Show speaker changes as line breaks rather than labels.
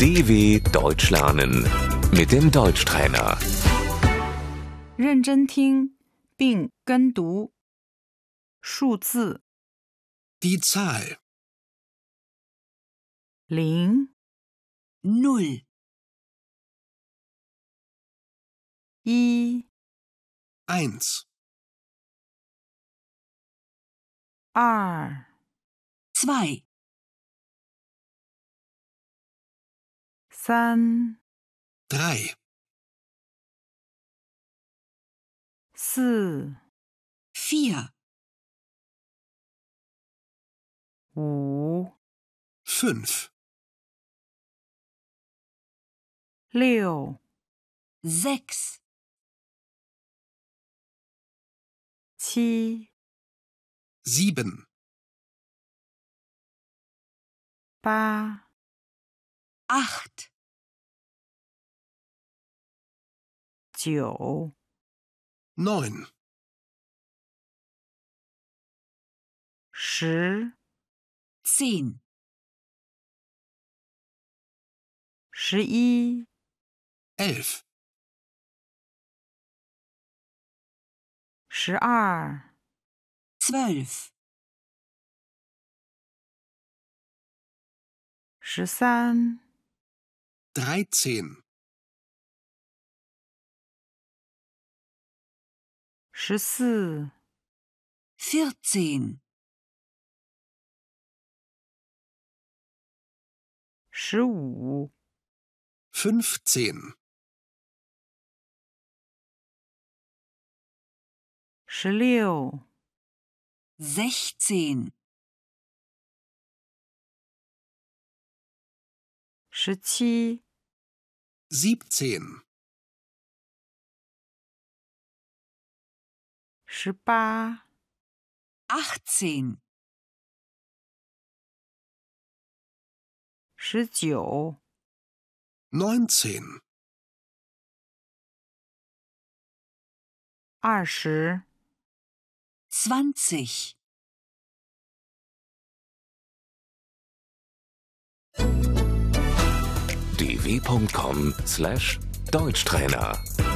DW Deutsch lernen mit dem Deutschtrainer.
认真听并跟读数字
Die Zahl
零、
Null,
一、
1,
二、
zwei,
三、
3,
四、
vier,
五、
5,
六、
sechs,
七、
7,
八、
acht,
九、
9,
十、
zehn,
十一、
11,
十二、
zwölf,
十三、
13,
十四、
vierzehn,
十五、
15,
十六、
sechzehn,
十七、
17,
十八、
achtzehn,
十九、
19,
二十、
zwanzig.
dw.com/deutschtrainer